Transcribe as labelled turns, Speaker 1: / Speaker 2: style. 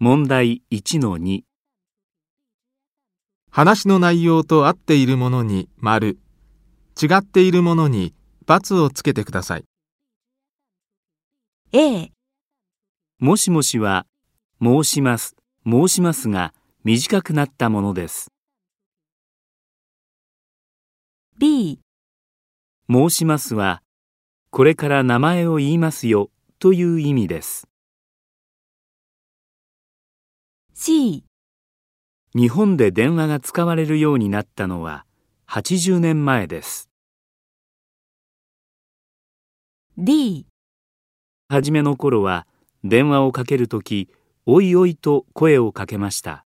Speaker 1: 問題1の2、
Speaker 2: 話の内容と合っているものに丸、違っているものに×をつけてください。
Speaker 3: A、
Speaker 1: もしもしは、申します、申しますが短くなったものです。
Speaker 3: B、
Speaker 1: 申しますは、これから名前を言いますよという意味です。
Speaker 3: C、
Speaker 1: 日本で電話が使われるようになったのは80年前です。
Speaker 3: D、
Speaker 1: 初めの頃は電話をかけるとき、おいおいと声をかけました。